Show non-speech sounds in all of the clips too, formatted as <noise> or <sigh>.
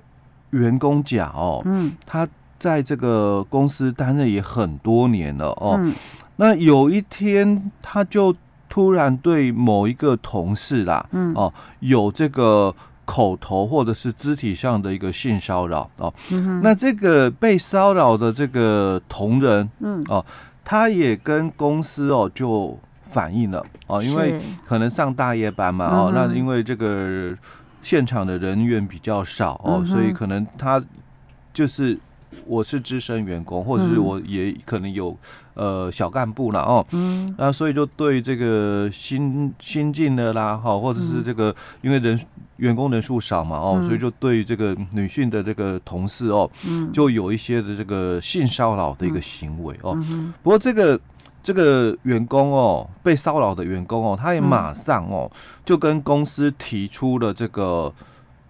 员工甲哦哼，，嗯，他在这个公司担任也很多年了哦。嗯，那有一天他就突然对某一个同事啦，嗯哦，有这个口头或者是肢体上的一个性骚扰哦。嗯哼那这个被骚扰的这个同仁，哦嗯，他也跟公司哦就反映了哦，因为是可能上大夜班嘛哦，嗯哼那因为这个现场的人员比较少哦，嗯哼所以可能他就是。我是资深员工，或者是嗯我也可能有、呃小干部了哦，嗯那所以就对这个新新进的啦，哈，或者是这个因为人员工人数少嘛，哦，嗯所以就对这个女性的这个同事哦，嗯就有一些的这个性骚扰的一个行为哦。嗯哼不过这个这个员工哦，被骚扰的员工哦，他也嗯马上哦、就跟公司提出了这个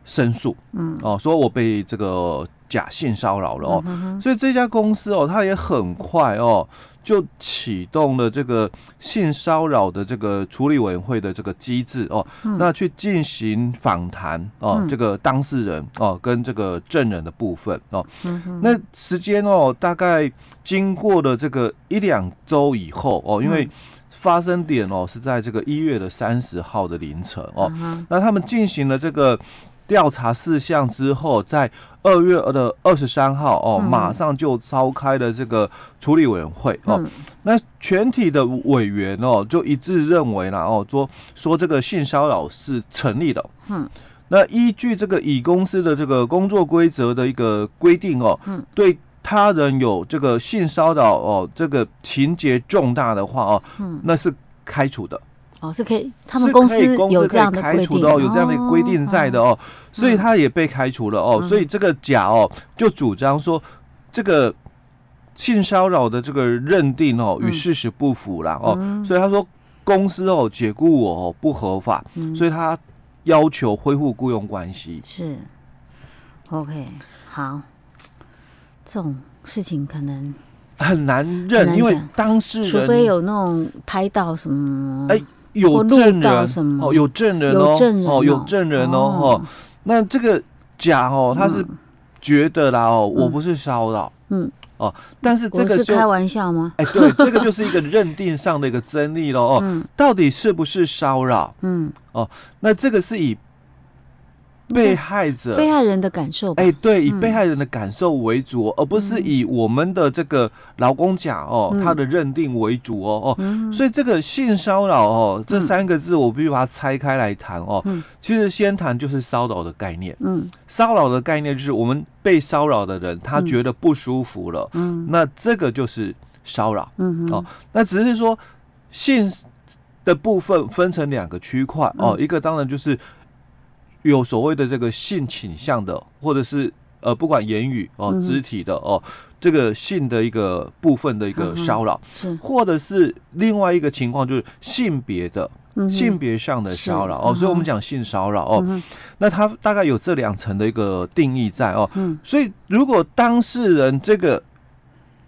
申诉嗯哦，说我被这个假性骚扰了哦。嗯哼所以这家公司哦，它也很快哦，就启动了这个性骚扰的这个处理委员会的这个机制哦，嗯那去进行访谈哦，嗯这个当事人哦跟这个证人的部分哦，嗯哼那时间哦，大概经过了这个一两周以后哦，因嗯为发生点哦是在这个一月的三十号的凌晨哦，嗯哼那他们进行了这个调查事项之后，在二月的二十三号哦，嗯马上就召开了这个处理委员会哦。嗯那全体的委员哦，就一致认为啦哦，说说这个性骚扰是成立的。哦嗯。那依据这个乙公司的这个工作规则的一个规定哦，嗯对他人有这个性骚扰哦，这个情节重大的话哦，嗯，那是开除的。哦，是可以，他是们可公以司公司有可以这样的开规除定，的哦，有这样的规定在的哦，哦，所以他也被开除了哦，嗯所以这个甲哦就主张说这个性骚扰的这个认定哦与嗯事实不符啦哦，嗯所以他说公司哦解雇我哦不合法，嗯所以他要求恢复雇佣关系。哦是 OK 好，这种事情可能很难很认，难因为讲当事除非人有那种拍到什么，哎或有录证到人什么哦，有证人有哦证人啊哦，有证人哦哦，，那这个甲哦他是觉得啦哦，我嗯不是骚扰，嗯哦，但是这我个是就开玩笑吗？哎，对，这个就是一个认定上的一个争议咯。哦， <laughs> 嗯到底是不是骚扰？嗯，那这个是以被害被者。害人的感受吧，哎，对，以嗯被害人的感受为主哦，而不是以我们的这个劳工甲哦，嗯他的认定为主哦哦，嗯所以这个性骚扰哦，这嗯三个字我必须把它拆开来谈哦嗯。其实先谈就是骚扰的概念，嗯骚扰的概念就是我们被骚扰的人他嗯觉得不舒服了，嗯那这个就是骚扰。嗯哼哦那只是说性的部分分成两个区块嗯哦，一个当然就是有所谓的这个性倾向的，或者是呃不管言语哦嗯、哼肢体的哦，这个性的一个部分的一嗯个哼骚扰，是或者是另外一个情况就是性别的嗯哼性别上的是骚扰嗯哦，所以我哼们讲性骚扰哦，嗯哼那它大概有这两层的一个定义在哦，嗯所以如果当事人这个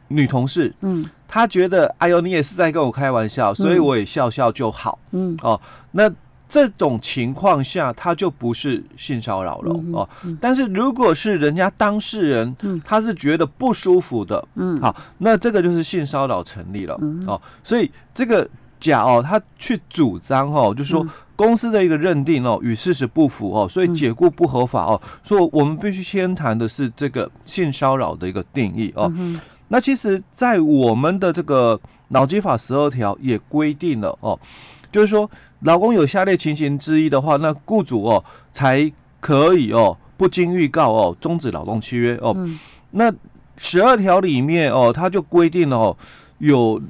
女同事嗯他觉得，哎呦，你也是在跟我开玩笑，所以我也笑笑就好、嗯哦。那这种情况下，他就不是性骚扰了、嗯哼哦。但是如果是人家当事人，嗯他是觉得不舒服的，嗯好，那这个就是性骚扰成立了、嗯哦。所以这个甲哦，他去主张哦，就是说嗯公司的一个认定哦与事实不符哦，所以解雇不合法哦。所以我们必须先谈的是这个性骚扰的一个定义哦。嗯哼那其实，在我们的这个劳基法十二条也规定了哦，就是说，劳工有下列情形之一的话，那雇主哦才可以哦不经预告哦终止劳动契约哦。嗯那十二条里面哦，它就规定了哦有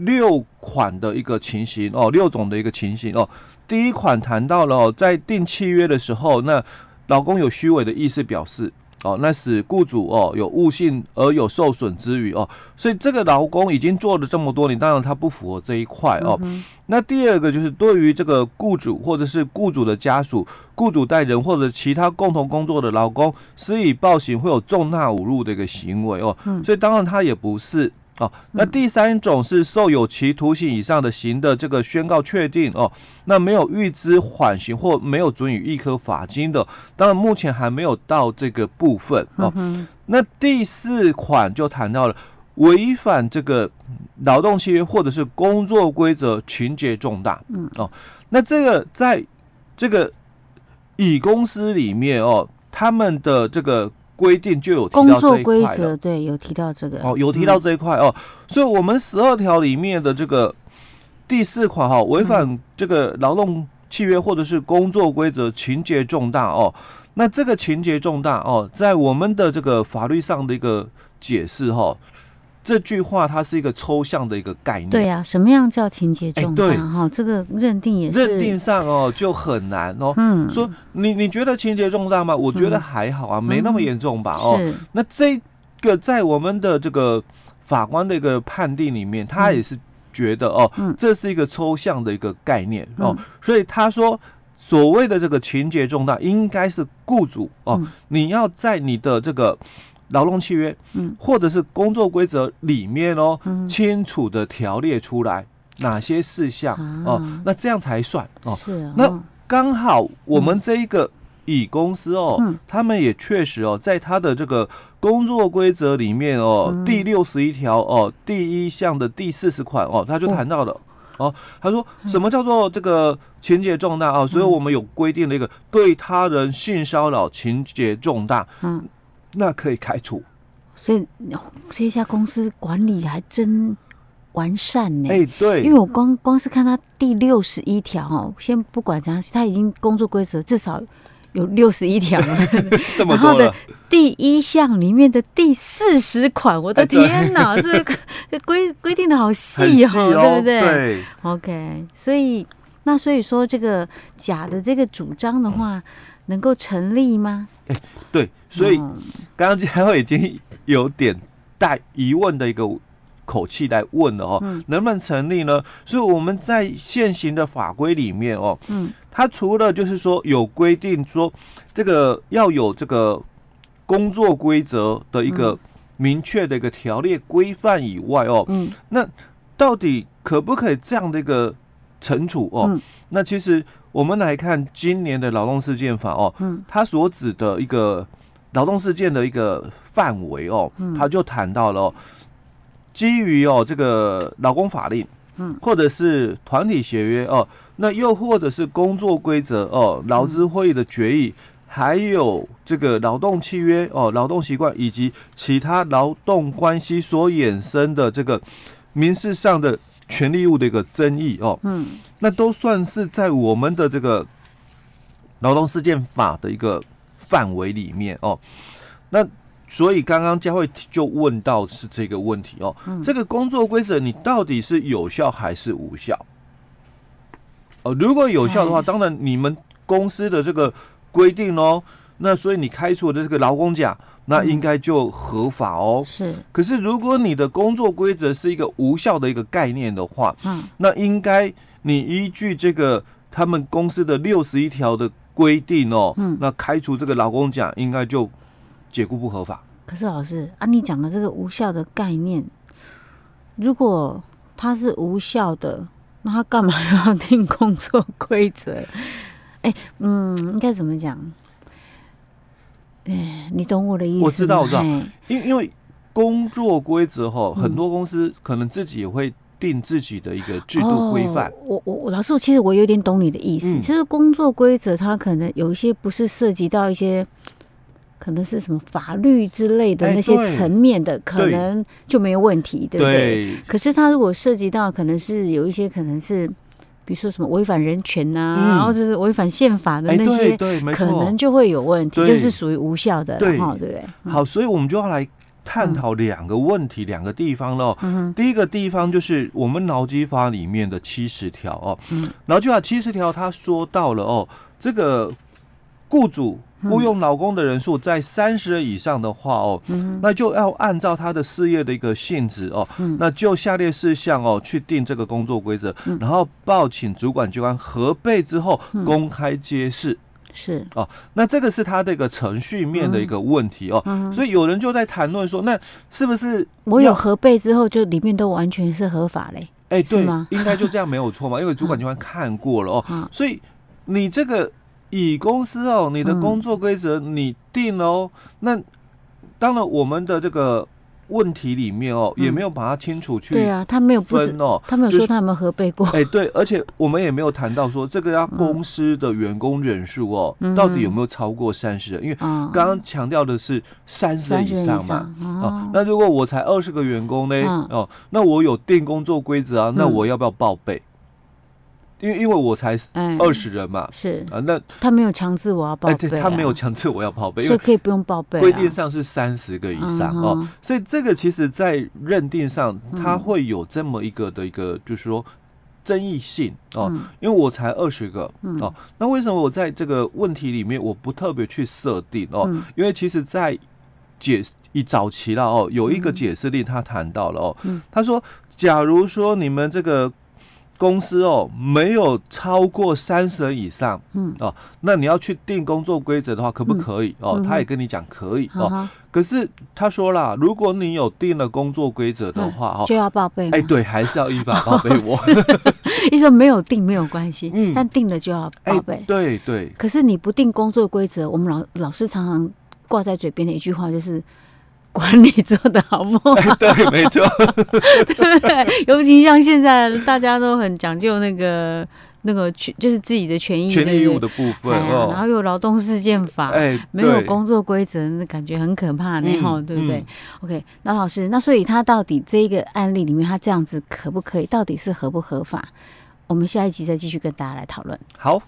六款的一个情形哦，六种的一个情形哦。第一款谈到了、哦、在订契约的时候，那劳工有虚伪的意思表示哦，那使雇主哦有误信而有受损之余哦，所以这个劳工已经做了这么多年，当然他不符合这一块哦。嗯那第二个就是对于这个雇主或者是雇主的家属、雇主代人或者其他共同工作的劳工施以暴行，会有重大侮辱的一个行为哦。嗯所以当然他也不是哦。那第三种是受有期徒刑以上的刑的这个宣告确定哦，那没有预支缓刑或没有准予一颗罚金的，当然目前还没有到这个部分哦。哼嗯那第四款就谈到了违反这个劳动契约或者是工作规则，情节重大。嗯哦，那这个在这个乙公司里面哦，他们的这个规定就有提工到作这一规块了则对有提到这个哦，有提嗯到这一块哦，所以我们十二条里面的这个第四款哈、哦，违嗯反这个劳动契约或者是工作规则，情节重大哦。那这个情节重大哦，在我们的这个法律上的一个解释哈、哦，这句话它是一个抽象的一个概念，对啊，什么样叫情节重大哎对哈？这个认定也是认定上哦就很难哦。嗯说你你觉得情节重大吗？我觉得还好啊，没那么严重吧哦。是那这个在我们的这个法官的一个判定里面，他也是觉得哦，嗯这是一个抽象的一个概念哦，嗯所以他说。所谓的这个情节重大，应该是雇主哦，嗯你要在你的这个劳动契约，嗯或者是工作规则里面哦，嗯清楚的条列出来哪些事项、啊哦，那这样才算哦。是啊那哦刚好我们这一个乙公司哦，嗯他们也确实哦，在他的这个工作规则里面哦，嗯第六十一条哦，第一项的第四十款哦，他就谈到了。哦他说什么叫做这个情节嗯重大啊？所以我们有规定了一个对他人性骚扰情节重大，嗯，那可以开除。所以这家公司管理还真完善呢。哎、对，嗯因为我光光是看他第六十一条哦，先不管怎样，他已经工作规则至少有六十一条了。 <laughs> 这么然后多的了，第一项里面的第四十款，我的哎对天哪，这个这规规定的好很细哦，对不对？对 OK，所以那所以说这个假的这个主张的话，能够成立吗？对，所以嗯刚刚嘉慧已经有点带疑问的一个口气来问了哦，嗯能不能成立呢？所以我们在现行的法规里面哦，嗯，它除了就是说有规定说这个要有这个工作规则的一个明确的一个条例规范以外哦，嗯那到底可不可以这样的一个惩处哦？嗯那其实我们来看今年的劳动事件法哦，嗯它所指的一个劳动事件的一个范围哦，嗯它就谈到了、哦、基于哦这个劳工法令，嗯，或者是团体协约哦，那又或者是工作规则哦，劳资会议的决议。嗯还有这个劳动契约哦，劳动习惯以及其他劳动关系所衍生的这个民事上的权利义务的一个争议哦，嗯那都算是在我们的这个劳动事件法的一个范围里面哦。那所以刚刚佳慧就问到是这个问题哦，这个工作规则你到底是有效还是无效？哦，如果有效的话，哎当然你们公司的这个规定哦，那所以你开除的这个劳工假，那应该就合法哦。是可是如果你的工作规则是一个无效的一个概念的话，嗯那应该你依据这个他们公司的六十一条的规定哦，嗯那开除这个劳工奖应该就解雇不合法。可是老师啊，你讲的这个无效的概念，如果它是无效的，那他干嘛要定工作规则？ <laughs> 哎、嗯，应该怎么讲？哎，你懂我的意思吗？我知道我知道嘿因因为工作规则哈，嗯很多公司可能自己也会定自己的一个制度规范哦。我我我老师，我其实我有点懂你的意思。嗯其实工作规则它可能有一些不是涉及到一些，可能是什么法律之类的哎那些对层面的，可能就没有问题，对不对？对，可是它如果涉及到可能是有一些可能是，比如说什么违反人权呐、嗯然后就是违反宪法的哎，那对些，对，没可错能。就会有问题，对就是属于无效的了对哈，对不对？嗯好，所以我们就要来探讨两个问题，两个地方喽。嗯第一个地方就是我们劳基法里面的七十条哦，嗯劳基法七十条它说到了哦，这个雇主雇佣劳工的人数在三十人以上的话哦，那就要按照他的事业的一个性质哦，嗯那就下列事项哦去定这个工作规则，然后报请主管机关核备之后嗯公开揭示。是，那这个是它的一个程序面嗯的一个问题哦，所以有人就在谈论说，那是不是我要有核备之后，就里面都完全是合法嘞。哎、是对吗，应该就这样没有错嘛，因为主管机关看过了哦，嗯所以你这个乙公司哦，你的嗯工作规则你定了哦，那当然我们的这个问题里面哦，也嗯没有把它清楚去对啊，他没有不止分哦，他们有就说是他有没有核 <laughs> 备过？哎、对，而且我们也没有谈到说这个要公司的员工人数哦，嗯到底有没有超过三十人？因为啊，刚刚强调的是三十三十人以以上上嘛。哦哦，，那如果我才二十个员工呢？嗯哦，那我有定工作规则啊，那嗯我要不要报备？因为因为我才哎二十人嘛，是啊，那他没有强制我要报而备且啊，他没有强制我要报备，因所以为可以不用报备啊。规定上是三十个以上嗯哦哼，嗯所以这个其实在认定上，它会有这么一个的一个，就是说争议性哦，嗯因为我才二十个、嗯哦，那为什么我在这个问题里面我不特别去设定哦？嗯因为其实，在解以早期了哦，有一个解释令他谈到了哦，嗯他说，假如说你们这个公司哦没有超过三十人以上，嗯哦，那你要去定工作规则的话，可不嗯可以、哦嗯？哼他也跟你讲可以、好哦，好可是他说啦，如果你有定了工作规则的话哦。就要报备嘛。哎，对，还是要依法报备哦我。 <laughs> 医生没有定没有关系嗯，但定了就要哎报，备。对对，可是你不定工作规则，我们老老师常常挂在嘴边的一句话就是。管理做得好不好， <laughs> 哎， <laughs> 对，没错，对不对？尤其像现在大家都很讲究那个那个权，就是自己的权益、权利对义不嗯务对的部分哎呀然后哦。又有劳动事件法，哎，没有对工作规则，那感觉很可怕呢，嗯哈、对不对、嗯 o k 那老师，那所以他到底这一个案例里面，他这样子可不可以？到底是合不合法？我们下一集再继续跟大家来讨论。好，